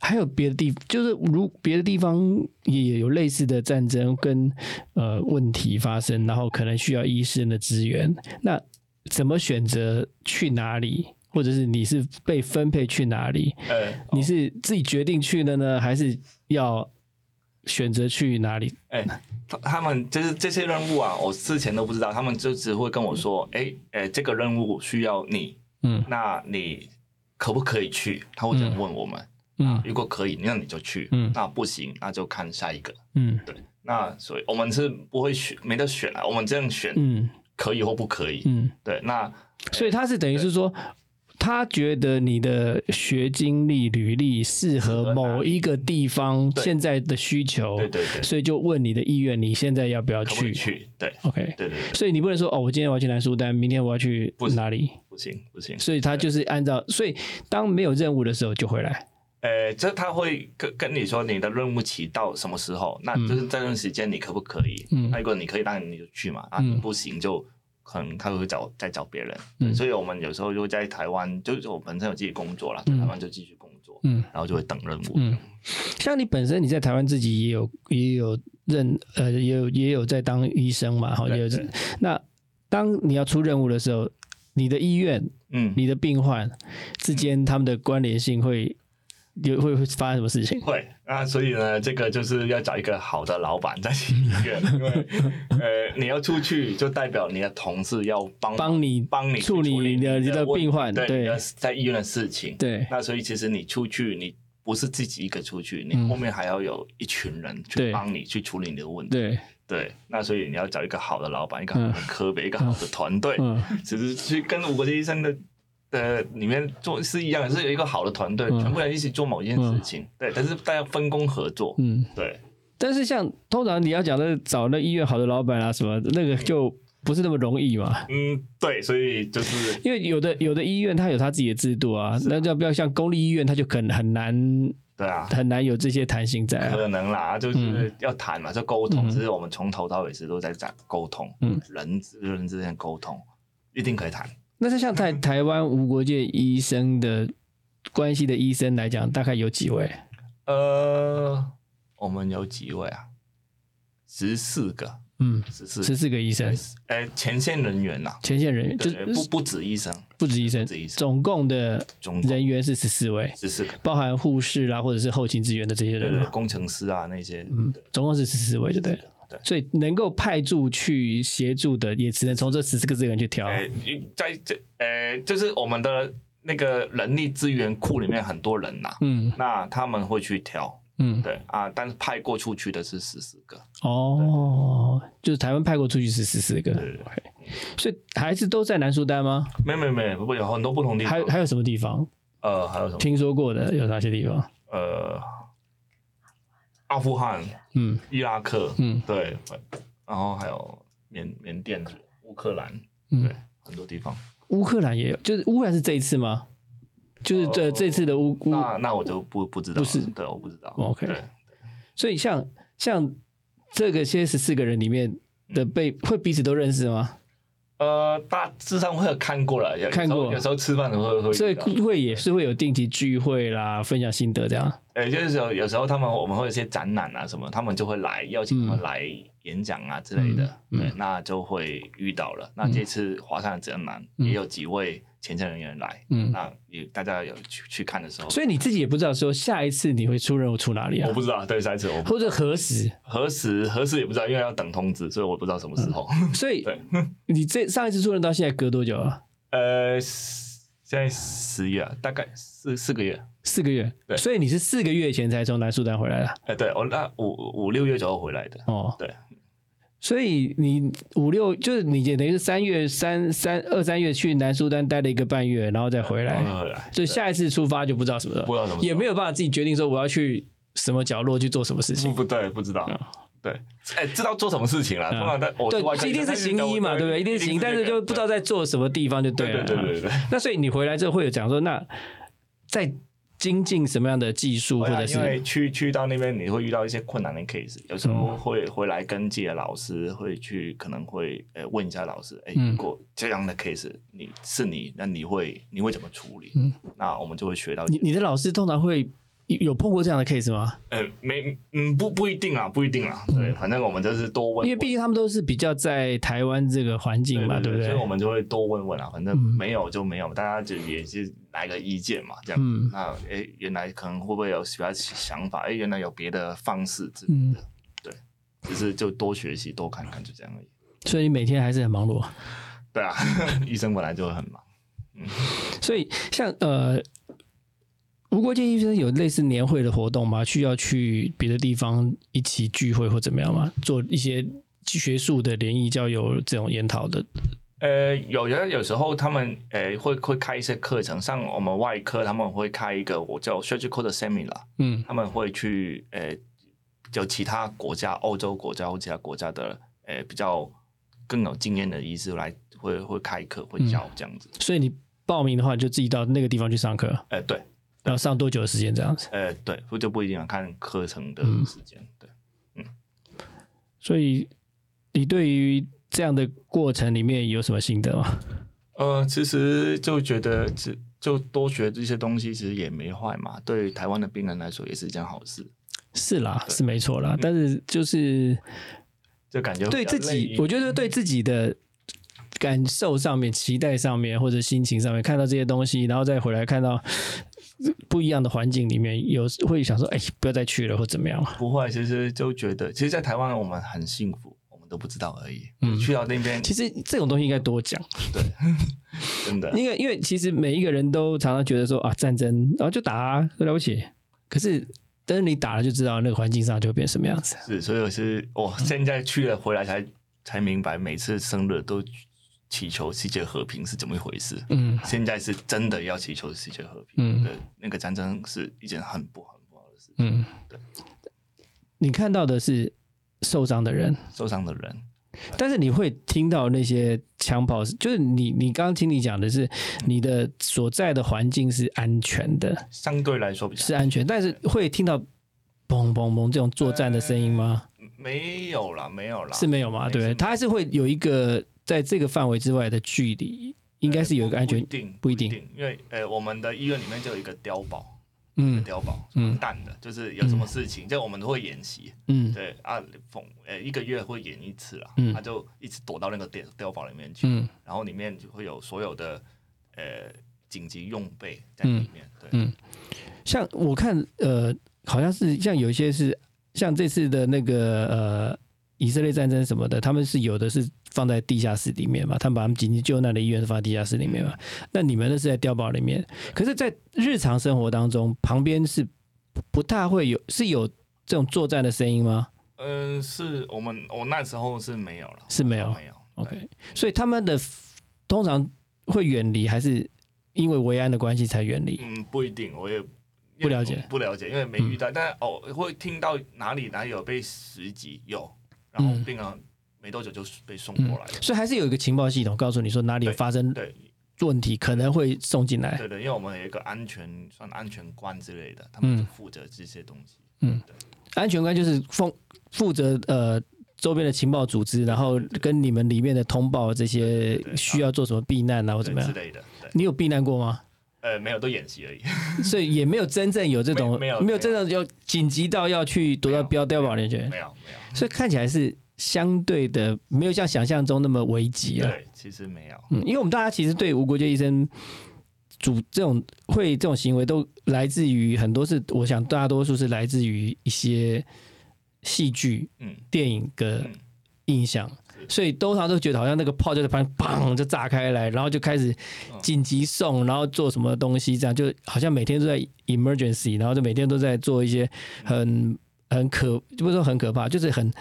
Speaker 1: 还有别的地，就是如别的地方也有类似的战争跟呃问题发生，然后可能需要医生的资源，那怎么选择去哪里？或者是你是被分配去哪里？
Speaker 2: 呃，
Speaker 1: 你是自己决定去的呢，还是要选择去哪里？
Speaker 2: 哎、他他们就是这些任务啊，我之前都不知道，他们就只会跟我说，哎、哎、这个任务需要你，
Speaker 1: 嗯
Speaker 2: 那你可不可以去？他会这样问我们，
Speaker 1: 嗯
Speaker 2: 如果可以，那你就去，
Speaker 1: 嗯
Speaker 2: 那不行，那就看下一个。
Speaker 1: 嗯
Speaker 2: 那所以我们是不会选，没得选啊，我们这样选
Speaker 1: 嗯
Speaker 2: 可以或不可以。
Speaker 1: 嗯，
Speaker 2: 对，那
Speaker 1: 所以他是等于是说，他觉得你的学经历、履历适合某一个地方
Speaker 2: 对
Speaker 1: 现在的需求，
Speaker 2: 对对对，
Speaker 1: 所以就问你的意愿，你现在要不要
Speaker 2: 可不可
Speaker 1: 去
Speaker 2: 以去？对
Speaker 1: OK，
Speaker 2: 对对对，
Speaker 1: 所以你不能说哦，我今天我要去南苏丹，明天我要去
Speaker 2: 不是
Speaker 1: 哪里？
Speaker 2: 不行不行，
Speaker 1: 所以他就是按照，所以当没有任务的时候就回来。
Speaker 2: 呃，这他会跟跟你说你的任务期到什么时候，那就是这段时间你可不可以？
Speaker 1: 嗯
Speaker 2: 那如果你可以，当然你就去嘛，啊，
Speaker 1: 嗯
Speaker 2: 你不行就可能他会找再找别人。
Speaker 1: 嗯
Speaker 2: 所以我们有时候就在台湾，就是我本身有自己工作了，在
Speaker 1: 嗯
Speaker 2: 台湾就继续工作，
Speaker 1: 嗯
Speaker 2: 然后就会等任务。
Speaker 1: 嗯，像你本身你在台湾自己也有也有任呃也有也有在当医生嘛，哈，
Speaker 2: 对
Speaker 1: 也有
Speaker 2: 对
Speaker 1: 那当你要出任务的时候，你的医院、
Speaker 2: 嗯，
Speaker 1: 你的病患之间他们的关联性会有会会发生什么事情？
Speaker 2: 会啊，所以呢，这个就是要找一个好的老板在医院， 因为呃，你要出去就代表你的同事要帮
Speaker 1: 帮你
Speaker 2: 帮你去
Speaker 1: 处理
Speaker 2: 理
Speaker 1: 你的
Speaker 2: 你
Speaker 1: 你的
Speaker 2: 问
Speaker 1: 病患
Speaker 2: 对
Speaker 1: 对
Speaker 2: 你的在医院的事情。
Speaker 1: 对
Speaker 2: 那所以其实你出去，你不是自己一个出去，你
Speaker 1: 嗯
Speaker 2: 后面还要有一群人
Speaker 1: 对
Speaker 2: 去帮你去处理你的问题。
Speaker 1: 对，
Speaker 2: 对，那所以你要找一个好的老板，一个好的科别，一个好的团队，
Speaker 1: 嗯
Speaker 2: 其实去跟五国际医生的呃里面做是一样的，是有一个好的团队，
Speaker 1: 嗯
Speaker 2: 全部人一起做某件事情。对，但是大家分工合作。
Speaker 1: 嗯。
Speaker 2: 对，
Speaker 1: 但是像通常你要讲的找那医院好的老板啊什么，那个就不是那么容易嘛。
Speaker 2: 嗯，对，所以就是
Speaker 1: 因为有的有的医院它有它自己的制度啊，那要不要像公立医院，它就很很难
Speaker 2: 对啊。
Speaker 1: 很难有这些弹性在啊。
Speaker 2: 可能啦，就是要谈嘛，就沟
Speaker 1: 嗯
Speaker 2: 通。其实我们从头到尾是都在讲沟通，
Speaker 1: 嗯
Speaker 2: 人之人之间的沟通一定可以谈。
Speaker 1: 那是像在台湾无国界医生的关系的医生来讲，大概有几位？
Speaker 2: 呃，我们有几位啊？十四个，
Speaker 1: 嗯，
Speaker 2: 十四，
Speaker 1: 十四个医生，
Speaker 2: 呃，前线人员呐、
Speaker 1: 前线人员就
Speaker 2: 对，不不止医生，
Speaker 1: 不止医生
Speaker 2: 不止医，生
Speaker 1: 总共的
Speaker 2: 总共
Speaker 1: 人员是十四位，
Speaker 2: 十四个，
Speaker 1: 包含护士啦、或者是后勤支援的这些
Speaker 2: 对
Speaker 1: 人
Speaker 2: 对，
Speaker 1: 嘛。
Speaker 2: 工程师啊那些，
Speaker 1: 嗯
Speaker 2: 对，
Speaker 1: 总共是十四位，就对了。
Speaker 2: 对
Speaker 1: 所以能够派驻去协助的，也只能从这十四个资源去挑。
Speaker 2: 呃，一在这呃，就是我们的那个人力资源库里面很多人呐、
Speaker 1: 嗯
Speaker 2: 那他们会去挑，
Speaker 1: 嗯，
Speaker 2: 对啊，但是派过出去的是十四个，
Speaker 1: 哦，就是台湾派过出去是十四个
Speaker 2: 对对对
Speaker 1: OK 所以还是都在南苏丹吗？
Speaker 2: 没有没有没有，不有很多不同地
Speaker 1: 还
Speaker 2: 方
Speaker 1: 有，还有什么地方
Speaker 2: 呃，还有什么？
Speaker 1: 听说过的？有哪些地方？
Speaker 2: 呃，阿富汗、
Speaker 1: 嗯
Speaker 2: 伊拉克，
Speaker 1: 嗯
Speaker 2: 对，然后还有缅缅甸、乌克兰，
Speaker 1: 嗯
Speaker 2: 对，，很多地方。
Speaker 1: 乌克兰也有，就是乌克兰是这一次吗？就是这、
Speaker 2: 哦
Speaker 1: 这次的乌乌，
Speaker 2: 那那我就不不知道了，
Speaker 1: 嗯不是哦
Speaker 2: 对，我不知道。
Speaker 1: OK
Speaker 2: 对，
Speaker 1: 所以像像这个些十四个人里面的被、
Speaker 2: 嗯
Speaker 1: 会彼此都认识吗？
Speaker 2: 呃，大致上会有看过了，有
Speaker 1: 看过
Speaker 2: 有时候有时候吃饭的时候会啊会遇到，
Speaker 1: 所以会也是会有定期聚会啦，分享心得这样。
Speaker 2: 呃，就是有有时候他们我们会有一些展览啊什么，他们就会来邀请他们来演讲啊之类的，
Speaker 1: 嗯
Speaker 2: 对，那就会遇到了。那这次华山的展览
Speaker 1: 嗯
Speaker 2: 也有几位前线人员来，
Speaker 1: 嗯，
Speaker 2: 那也大家有去去看的时候，
Speaker 1: 所以你自己也不知道说下一次你会出任务出哪里啊
Speaker 2: 我，不知道，对，下一次我不
Speaker 1: 或者何时。
Speaker 2: 何时何时也不知道，因为要等通知，所以我不知道什么时候。
Speaker 1: 所以
Speaker 2: 对，
Speaker 1: 你这上一次出任到现在隔多久啊？
Speaker 2: 呃，现在十月啊，大概四四个月。
Speaker 1: 四个月。
Speaker 2: 对
Speaker 1: 所以你是四个月前才从南苏丹回来的
Speaker 2: 哎，对我那五五六月左右回来的，
Speaker 1: 哦。
Speaker 2: 对。
Speaker 1: 所以你五六就是你也等于是三月三三二三月去南苏丹待了一个半月，然后再回
Speaker 2: 然后
Speaker 1: 来。
Speaker 2: 哦回来，
Speaker 1: 所以下一次出发就不知道什么时
Speaker 2: 嗯不
Speaker 1: 候，
Speaker 2: 知道什么时候
Speaker 1: 也没有办法自己决定说我要去什么角落去做什么事情
Speaker 2: 不。不对，不知道
Speaker 1: 嗯，
Speaker 2: 对，哎，知道做什么事情了，
Speaker 1: 嗯
Speaker 2: 通常但我我
Speaker 1: 对，一定是行医嘛，对不对？一定是行，但是就不知道在做什么地方就
Speaker 2: 对
Speaker 1: 了。
Speaker 2: 对对对对，
Speaker 1: 那所以你回来之后会有讲说，那在精进什么样的技术，或
Speaker 2: 对啊
Speaker 1: 者
Speaker 2: 因为
Speaker 1: 是
Speaker 2: 去去到那边你会遇到一些困难的 case，有时候
Speaker 1: 嗯
Speaker 2: 会回来跟自己的老师会去，可能会呃问一下老师，哎，
Speaker 1: 嗯
Speaker 2: 如果这样的 case 你是你，那你会你会怎么处理
Speaker 1: 嗯？
Speaker 2: 那我们就会学到，
Speaker 1: 你你的老师通常会有碰过这样的 case 吗？
Speaker 2: 呃，没嗯不不一定啊，不一定啊，对，反正我们就是多
Speaker 1: 嗯
Speaker 2: 问，
Speaker 1: 因为毕竟他们都是比较在台湾这个环境嘛，对不嗯
Speaker 2: 所以我
Speaker 1: 对？
Speaker 2: 们就会多问问啊，反正没有就没有，大家就也是来个意见嘛，这样。
Speaker 1: 嗯
Speaker 2: 那诶，原来可能会不会有其他想法？诶，哎原来有别的方式之类
Speaker 1: 嗯
Speaker 2: 的，对，只是就多学习、多看看，就这样而已。
Speaker 1: 所以你每天还是很忙碌。
Speaker 2: 对啊， 医生本来就很忙。
Speaker 1: 所以像呃，无国界医生有类似年会的活动吗？需要去别的地方一起聚会或怎么样吗？做一些学术的联谊交友这种研讨的
Speaker 2: 呃，有的有时候他们呃会会开一些课程，像我们外科他们会开一个我叫 surgical 的 seminar，
Speaker 1: 嗯
Speaker 2: 他们会去呃有其他国家、欧洲国家或其他国家的呃比较更有经验的医师来会会开课会教这样子。
Speaker 1: 所以你报名的话，你就自己到那个地方去上课，
Speaker 2: 呃，对，
Speaker 1: 然后上多久的时间这样子。
Speaker 2: 呃，对，就就不一定要看课程的时间，对。
Speaker 1: 所以你对于这样的过程里面有什么心得吗？
Speaker 2: 呃，其实就觉得只就多学这些东西，其实也没坏嘛。对台湾的病人来说，也是一件好事。
Speaker 1: 是啦，是没错啦，但是就是
Speaker 2: 就感觉
Speaker 1: 对
Speaker 2: 比较
Speaker 1: 自
Speaker 2: 累
Speaker 1: 己
Speaker 2: 一，
Speaker 1: 我觉得对自己的感受上面、期待上面或者心情上面，看到这些东西，然后再回来看到不一样的环境里面，有会想说，哎，不要再去了或怎么样。
Speaker 2: 不会，其实就觉得，其实，在台湾我们很幸福，我们都不知道而已。
Speaker 1: 嗯
Speaker 2: 去到那边，
Speaker 1: 其实这种东西应该多讲，
Speaker 2: 真的，
Speaker 1: 因为因为其实每一个人都常常觉得说啊，战争然后就打、啊，了不起。可是，但是你打了就知道那个环境上就会变什么样子。
Speaker 2: 是，所以我是我
Speaker 1: 嗯
Speaker 2: 现在去了回来才才明白，每次生日都祈求世界和平是怎么一回事。
Speaker 1: 嗯
Speaker 2: 现在是真的要祈求世界和平，
Speaker 1: 嗯
Speaker 2: 对，那个战争是一件很不很不好的事，
Speaker 1: 嗯
Speaker 2: 对，
Speaker 1: 你看到的是受伤的人，
Speaker 2: 受伤的人，
Speaker 1: 但是你会听到那些枪炮，就是你你刚刚听你讲的是你的所在的环境是安全的，
Speaker 2: 相对来说比较
Speaker 1: 是啊安全，但是会听到嘣嘣嘣这种作战的声音吗？
Speaker 2: 嗯没有啦，没有啦，
Speaker 1: 是没有嘛？
Speaker 2: 没
Speaker 1: 对不对？
Speaker 2: 是
Speaker 1: 它还是会有一个在这个范围之外的距离，应该是有一个安全
Speaker 2: 呃不不一
Speaker 1: 不
Speaker 2: 定不
Speaker 1: 一
Speaker 2: 一
Speaker 1: 定
Speaker 2: 定，因为呃，我们的医院里面就有一个碉堡，
Speaker 1: 嗯
Speaker 2: 碉堡
Speaker 1: 嗯
Speaker 2: 蛋的，就是有什么事情，就我们都会演习，
Speaker 1: 嗯
Speaker 2: 对啊，逢呃一个月会演一次啦，
Speaker 1: 嗯
Speaker 2: 他就一直躲到那个碉碉堡里面去，
Speaker 1: 嗯
Speaker 2: 然后里面就会有所有的呃紧急用备在里面，
Speaker 1: 嗯像我看，呃，好像是像有一些是像这次的那个呃以色列战争什么的，他们是有的是放在地下室里面嘛，他们把他们紧急救难的医院是放在地下室里面嘛。那你们那是在碉堡里面，可是，在日常生活当中，旁边是不大会有是有这种作战的声音吗？
Speaker 2: 对，嗯、是我们我那时候是没有了，
Speaker 1: 是没有
Speaker 2: 没有
Speaker 1: OK，所以他们的通常会远离，还是因为维安的关系才远离？
Speaker 2: 嗯，不一定，我也
Speaker 1: 不了解嗯
Speaker 2: 不了解，因为没遇到，但哦，会听到哪里哪里有被袭击，有，然后
Speaker 1: 嗯
Speaker 2: 病人没多久就被送
Speaker 1: 嗯
Speaker 2: 过来了。
Speaker 1: 所以还是有一个情报系统告诉你说哪里有
Speaker 2: 对
Speaker 1: 发生
Speaker 2: 对
Speaker 1: 问题，可能会送进来。
Speaker 2: 对对，因为我们有一个安全算安全官之类的，他们
Speaker 1: 嗯
Speaker 2: 就负责这些东西。
Speaker 1: 安全官就是负负责呃周边的情报组织，然后跟你们里面的通报这些
Speaker 2: 对
Speaker 1: 需要做什么避难啊或
Speaker 2: 对
Speaker 1: 怎么
Speaker 2: 之
Speaker 1: 样。
Speaker 2: 类的，对，
Speaker 1: 你有避难过吗？
Speaker 2: 呃，没有，都演习而已。
Speaker 1: 所以也没有真正有这种
Speaker 2: 没没有
Speaker 1: 真正要紧急到要去躲到标碉堡里面去，
Speaker 2: 没 有，没有，
Speaker 1: 所以看起来是相对的没有像想象中那么危急啊。
Speaker 2: 对，其实没有。
Speaker 1: 嗯，因为我们大家其实对无国界医生主这种会这种行为，都来自于很多是，我想大多数是来自于一些戏剧、
Speaker 2: 嗯
Speaker 1: 电影的
Speaker 2: 嗯
Speaker 1: 印象，
Speaker 2: 是
Speaker 1: 所以通常都觉得好像那个炮就在旁边砰就炸开来，然后就开始
Speaker 2: 嗯
Speaker 1: 紧急送，然后做什么东西，这样就好像每天都在 emergency，然后就每天都在做一些很很可，就不是说很可怕，就是很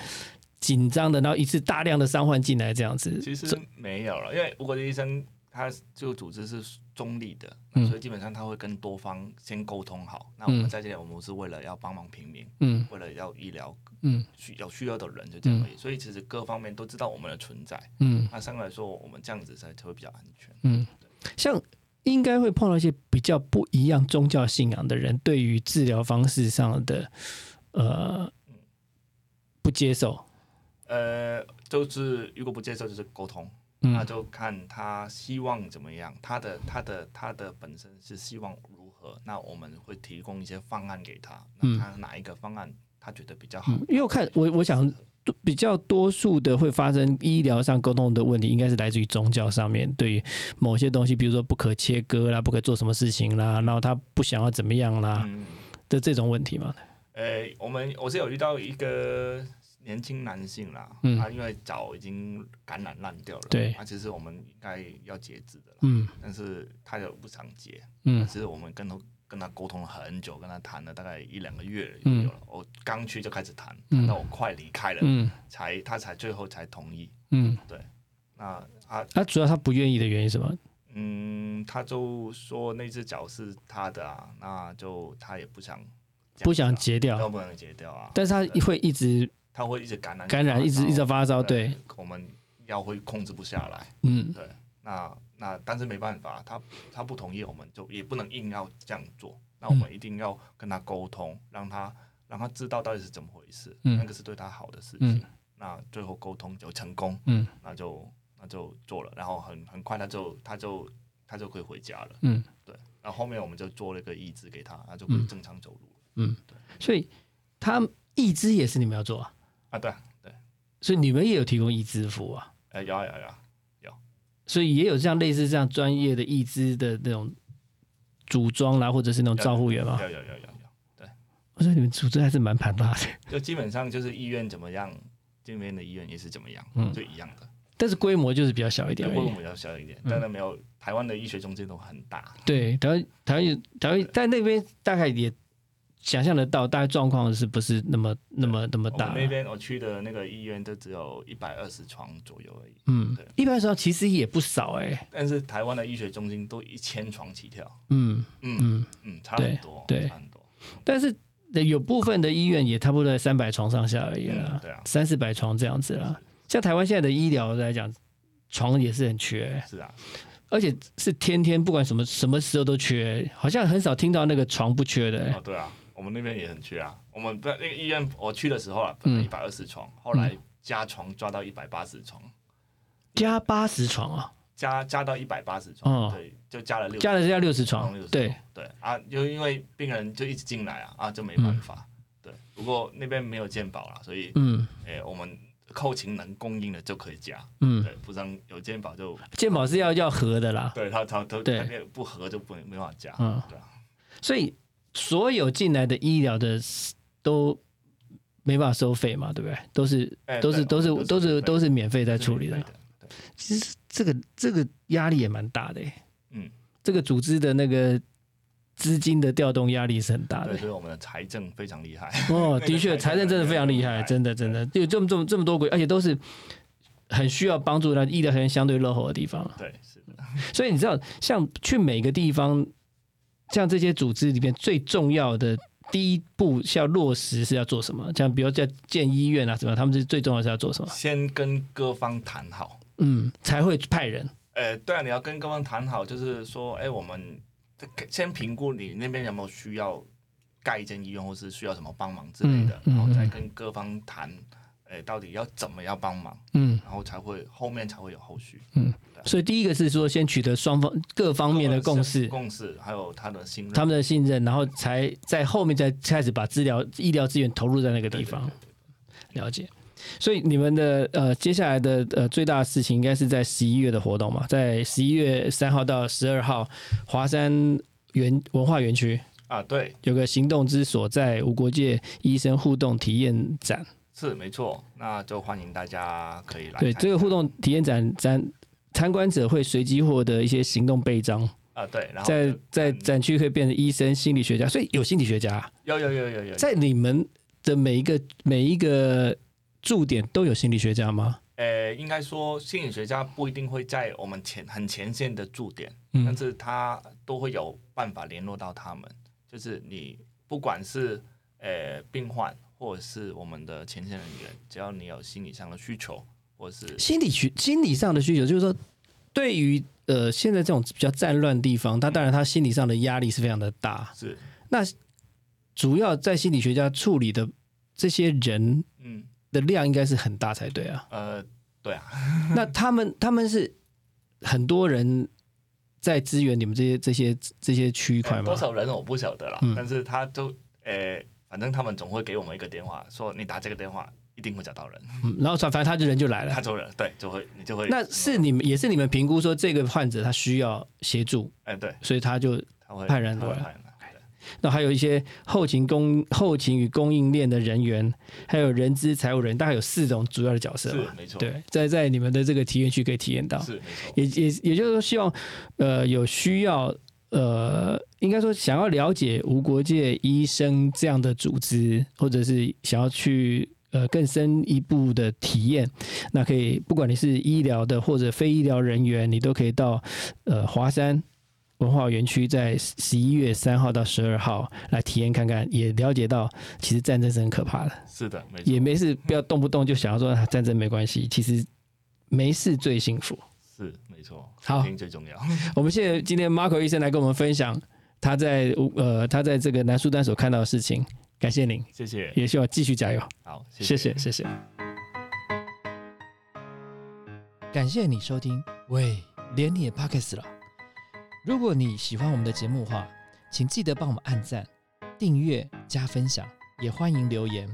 Speaker 1: 紧张的，然后一次大量的伤患进来这样子。
Speaker 2: 其实没有了，因为无国的医生他这个组织是中立的，
Speaker 1: 嗯
Speaker 2: 所以基本上他会跟多方先沟通好。那我们
Speaker 1: 嗯
Speaker 2: 在这里，我们是为了要帮忙平民，
Speaker 1: 嗯
Speaker 2: 为了要医疗
Speaker 1: 嗯
Speaker 2: 需有需要的人，就这样而已。所以其实各方面都知道我们的存在。
Speaker 1: 嗯
Speaker 2: 那相对来说，我们这样子才才会比较安全。
Speaker 1: 嗯，像应该会碰到一些比较不一样宗教信仰的人，对于治疗方式上的呃不接受。
Speaker 2: 呃，就是如果不接受，就是沟通，那
Speaker 1: 嗯
Speaker 2: 就看他希望怎么样，他的他的他的本身是希望如何，那我们会提供一些方案给他，
Speaker 1: 嗯
Speaker 2: 那他哪一个方案他觉得比较好？
Speaker 1: 因为我看我我想比较多数的会发生医疗上沟通的问题，应该是来自于宗教上面对于某些东西，比如说不可切割啦，不可做什么事情啦，然后他不想要怎么样啦
Speaker 2: 嗯，
Speaker 1: 的这种问题嘛。
Speaker 2: 呃，我们我是有遇到一个年轻男性啦，
Speaker 1: 嗯
Speaker 2: 他因为脚已经感染烂掉了，
Speaker 1: 对
Speaker 2: 啊，其实我们应该要截肢的啦，
Speaker 1: 嗯
Speaker 2: 但是他有不想截，
Speaker 1: 嗯
Speaker 2: 其实我们跟他跟他沟通了很久，跟他谈了大概一两个月有
Speaker 1: 嗯
Speaker 2: 了，我刚去就开始谈，
Speaker 1: 嗯
Speaker 2: 谈到我快离开了，
Speaker 1: 嗯
Speaker 2: 才他才最后才同意，
Speaker 1: 嗯，
Speaker 2: 对，那他
Speaker 1: 那、主要他不愿意的原因是什么？
Speaker 2: 嗯，他就说那只脚是他的啊，那就他也不想
Speaker 1: 不想
Speaker 2: 截
Speaker 1: 截
Speaker 2: 要
Speaker 1: 掉，
Speaker 2: 不能截掉啊。
Speaker 1: 但是他
Speaker 2: 对
Speaker 1: 会一直
Speaker 2: 他会一直感染，哦
Speaker 1: 感染，一直一直发烧。对，，
Speaker 2: 我们药会控制不下来。
Speaker 1: 嗯，
Speaker 2: 对，那那但是没办法，他他不同意，我们就也不能硬要这样做。那我
Speaker 1: 嗯
Speaker 2: 们一定要跟他沟通，让他让他知道到底是怎么回事，
Speaker 1: 嗯
Speaker 2: 那个是对他好的事情。
Speaker 1: 嗯
Speaker 2: 那最后沟通有成功，
Speaker 1: 嗯
Speaker 2: 那就那就做了，然后很很快他就他就他就可以回家了。
Speaker 1: 嗯
Speaker 2: 对，然后后面我们就做了一个移植给他，他就可以
Speaker 1: 嗯
Speaker 2: 正常走路了。
Speaker 1: 嗯
Speaker 2: 对，
Speaker 1: 所以他义肢也是你们要做啊，
Speaker 2: 啊，对啊对，
Speaker 1: 所以你们也有提供义肢服务啊，
Speaker 2: 呃，有啊有啊有啊，
Speaker 1: 所以也有这样类似这样专业的义肢的那种组装啦，或者是那种照护员嘛。
Speaker 2: 有有有有有，
Speaker 1: 我说你们组织还是蛮庞大的，
Speaker 2: 就基本上就是医院怎么样，这边的医院也是怎么样，
Speaker 1: 嗯
Speaker 2: 就一样的。
Speaker 1: 但是规模就是比较小一点嗯
Speaker 2: 对，
Speaker 1: 而
Speaker 2: 规模
Speaker 1: 已。
Speaker 2: 比较小一点，但是没有台湾的医学中心都很大，
Speaker 1: 对，台湾台湾有台湾，但那边大概也想象得到，大概状况是不是那么那么那么
Speaker 2: 我们
Speaker 1: 大？啊
Speaker 2: 那边我去的那个医院都只有一百二十床左右而已，
Speaker 1: 嗯
Speaker 2: 对，
Speaker 1: 一般上其实也不少哎、
Speaker 2: 但是台湾的医学中心都一千床起跳，
Speaker 1: 嗯
Speaker 2: 嗯
Speaker 1: 嗯，
Speaker 2: 嗯，差很
Speaker 1: 对
Speaker 2: 多，
Speaker 1: 对
Speaker 2: 差很多，
Speaker 1: 但是有部分的医院也差不多在三百床上下而已啦
Speaker 2: 嗯，对啊
Speaker 1: 三四百床这样子啦。像台湾现在的医疗来讲，床也是很缺，欸
Speaker 2: 是啊，
Speaker 1: 而且是天天不管什么什么时候都缺，好像很少听到那个床不缺的、
Speaker 2: 哦对啊，我们那边也很缺啊，我们不那个医院我去的时候啊，
Speaker 1: 嗯
Speaker 2: 本来一百二十床，后来加床抓到一百八十床，
Speaker 1: 加八十床啊，
Speaker 2: 加加到一百八十
Speaker 1: 哦
Speaker 2: 床，对，就加了六哦
Speaker 1: 加了是要六十床
Speaker 2: 六，十
Speaker 1: 对，
Speaker 2: 对啊，就因为病人就一直进来啊，啊就没办法。对，不过那边没有健保啦，所以
Speaker 1: 嗯
Speaker 2: 诶、我们后勤能供应的就可以加，
Speaker 1: 嗯，
Speaker 2: 对，不然有健保就
Speaker 1: 健保是要要合的啦，
Speaker 2: 对他他他
Speaker 1: 对
Speaker 2: 他那个不合就不能没办法加，
Speaker 1: 嗯
Speaker 2: 对啊，
Speaker 1: 所以所有进来的医疗的都没办法收费嘛，对不对？都是
Speaker 2: 哎
Speaker 1: 都是
Speaker 2: 对
Speaker 1: 都
Speaker 2: 我
Speaker 1: 是
Speaker 2: 们
Speaker 1: 都
Speaker 2: 都是
Speaker 1: 是
Speaker 2: 免费
Speaker 1: 都是免费在
Speaker 2: 在
Speaker 1: 处理的
Speaker 2: 的。，
Speaker 1: 其实这个这个压力也蛮大的、欸，
Speaker 2: 嗯，
Speaker 1: 这个组织的那个资金的调动压力是很大的
Speaker 2: 对，。啊所以我们的财政非常厉害，
Speaker 1: 哦，
Speaker 2: 那个
Speaker 1: 的确，财
Speaker 2: 财
Speaker 1: 政
Speaker 2: 政
Speaker 1: 真的非常厉害，真
Speaker 2: 真
Speaker 1: 的真的有这么这么这么多鬼，而且都是很需要帮助的医疗条件相对落后的地方。
Speaker 2: 对，是的，
Speaker 1: 所以你知道，像去每个地方，像这些组织里面最重要的第一步是要落实是要做什么？像比如在建医院啊什么，他们是最重要是要做什么？
Speaker 2: 先跟各方谈好，
Speaker 1: 嗯，才会派人。
Speaker 2: 呃，对啊，你要跟各方谈好，就是说，哎，我们先评估你那边有没有需要盖一间医院，或是需要什么帮忙之类的，
Speaker 1: 嗯嗯
Speaker 2: 然后再
Speaker 1: 嗯
Speaker 2: 跟各方谈，哎，到底要怎么样帮忙，
Speaker 1: 嗯
Speaker 2: 然后才会后面才会有后续。
Speaker 1: 嗯，所以第一个是说先取得双方各方面的共识。
Speaker 2: 共识还有他的信任，
Speaker 1: 他们的信任，然后才在后面再开始把治疗医疗资源投入在那个地方。了解，所以你们的呃接下来的呃最大的事情应该是在十一月的活动嘛，在十一月三号到十二号，华山园文化园区
Speaker 2: 啊，对，
Speaker 1: 有个行动之所在无国界医生互动体验展。
Speaker 2: 是没错，那就欢迎大家可以来
Speaker 1: 对，
Speaker 2: 看
Speaker 1: 这个互动体验展展参观者会随机获得一些行动背章，
Speaker 2: 啊，对，然后
Speaker 1: 在
Speaker 2: 就
Speaker 1: 在
Speaker 2: 看
Speaker 1: 展区可以变成医生、心理学家，所以有心理学家啊、
Speaker 2: 有有有有有，
Speaker 1: 在你们的每一个每一个驻点都有心理学家吗？
Speaker 2: 呃，应该说心理学家不一定会在我们前很前线的驻点，
Speaker 1: 嗯
Speaker 2: 但是他都会有办法联络到他们。就是你不管是呃病患，或者是我们的前线人员，只要你有心理上的需求，或是
Speaker 1: 心理学心理上的需求，就是说，对于呃现在这种比较战乱的地方，他当然他心理上的压力是非常的大。
Speaker 2: 是
Speaker 1: 那主要在心理学家处理的这些人
Speaker 2: 嗯。
Speaker 1: 的量应该是很大才对啊
Speaker 2: 呃对啊，
Speaker 1: 那他们他们是很多人在支援你们这些这些这些区块吗
Speaker 2: 多？少人我不晓得啦，
Speaker 1: 嗯
Speaker 2: 但是他都呃反正他们总会给我们一个电话，说你打这个电话一定会找到人，
Speaker 1: 嗯，然后反正他就人就来了
Speaker 2: 他。就人对就会你就会
Speaker 1: 那是你们也是你们评估说这个患者他需要协助，
Speaker 2: 哎、对
Speaker 1: 所以他就
Speaker 2: 他会
Speaker 1: 派人
Speaker 2: 他
Speaker 1: 过
Speaker 2: 会
Speaker 1: 来
Speaker 2: 派人来。对
Speaker 1: 那还有一些后勤供后勤与供应链的人员，还有人资财务人，大概有四种主要的角色
Speaker 2: 是
Speaker 1: 嘛。
Speaker 2: 没错，
Speaker 1: 对，在在你们的这个体验区可以体验到，
Speaker 2: 是没错，
Speaker 1: 啊也也也就是说，希望呃有需要呃，应该说想要了解无国界医生这样的组织，或者是想要去呃更深一步的体验。那可以，不管你是医疗的或者非医疗人员，你都可以到呃华山。文化园区在十一月三号到十二号来体验看看，也了解到其实战争是很可怕的，
Speaker 2: 是的，没错
Speaker 1: 也没事，不要动不动就想要说啊战争没关系，其实没事最幸福。
Speaker 2: 是没错，
Speaker 1: 好
Speaker 2: 肯定最重要。
Speaker 1: 我们谢谢今天 Marco 医生来跟我们分享他在呃他在这个南苏丹所看到的事情，感谢您，
Speaker 2: 谢谢，
Speaker 1: 也希望继续加油，
Speaker 2: 好，谢
Speaker 1: 谢谢谢谢。感谢你收听，喂，连你也 Pockets 了。如果你喜欢我们的节目的话，请记得帮我们按赞、订阅、加分享，也欢迎留言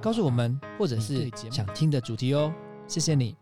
Speaker 1: 告诉我们，或者是想听的主题哦。谢谢你，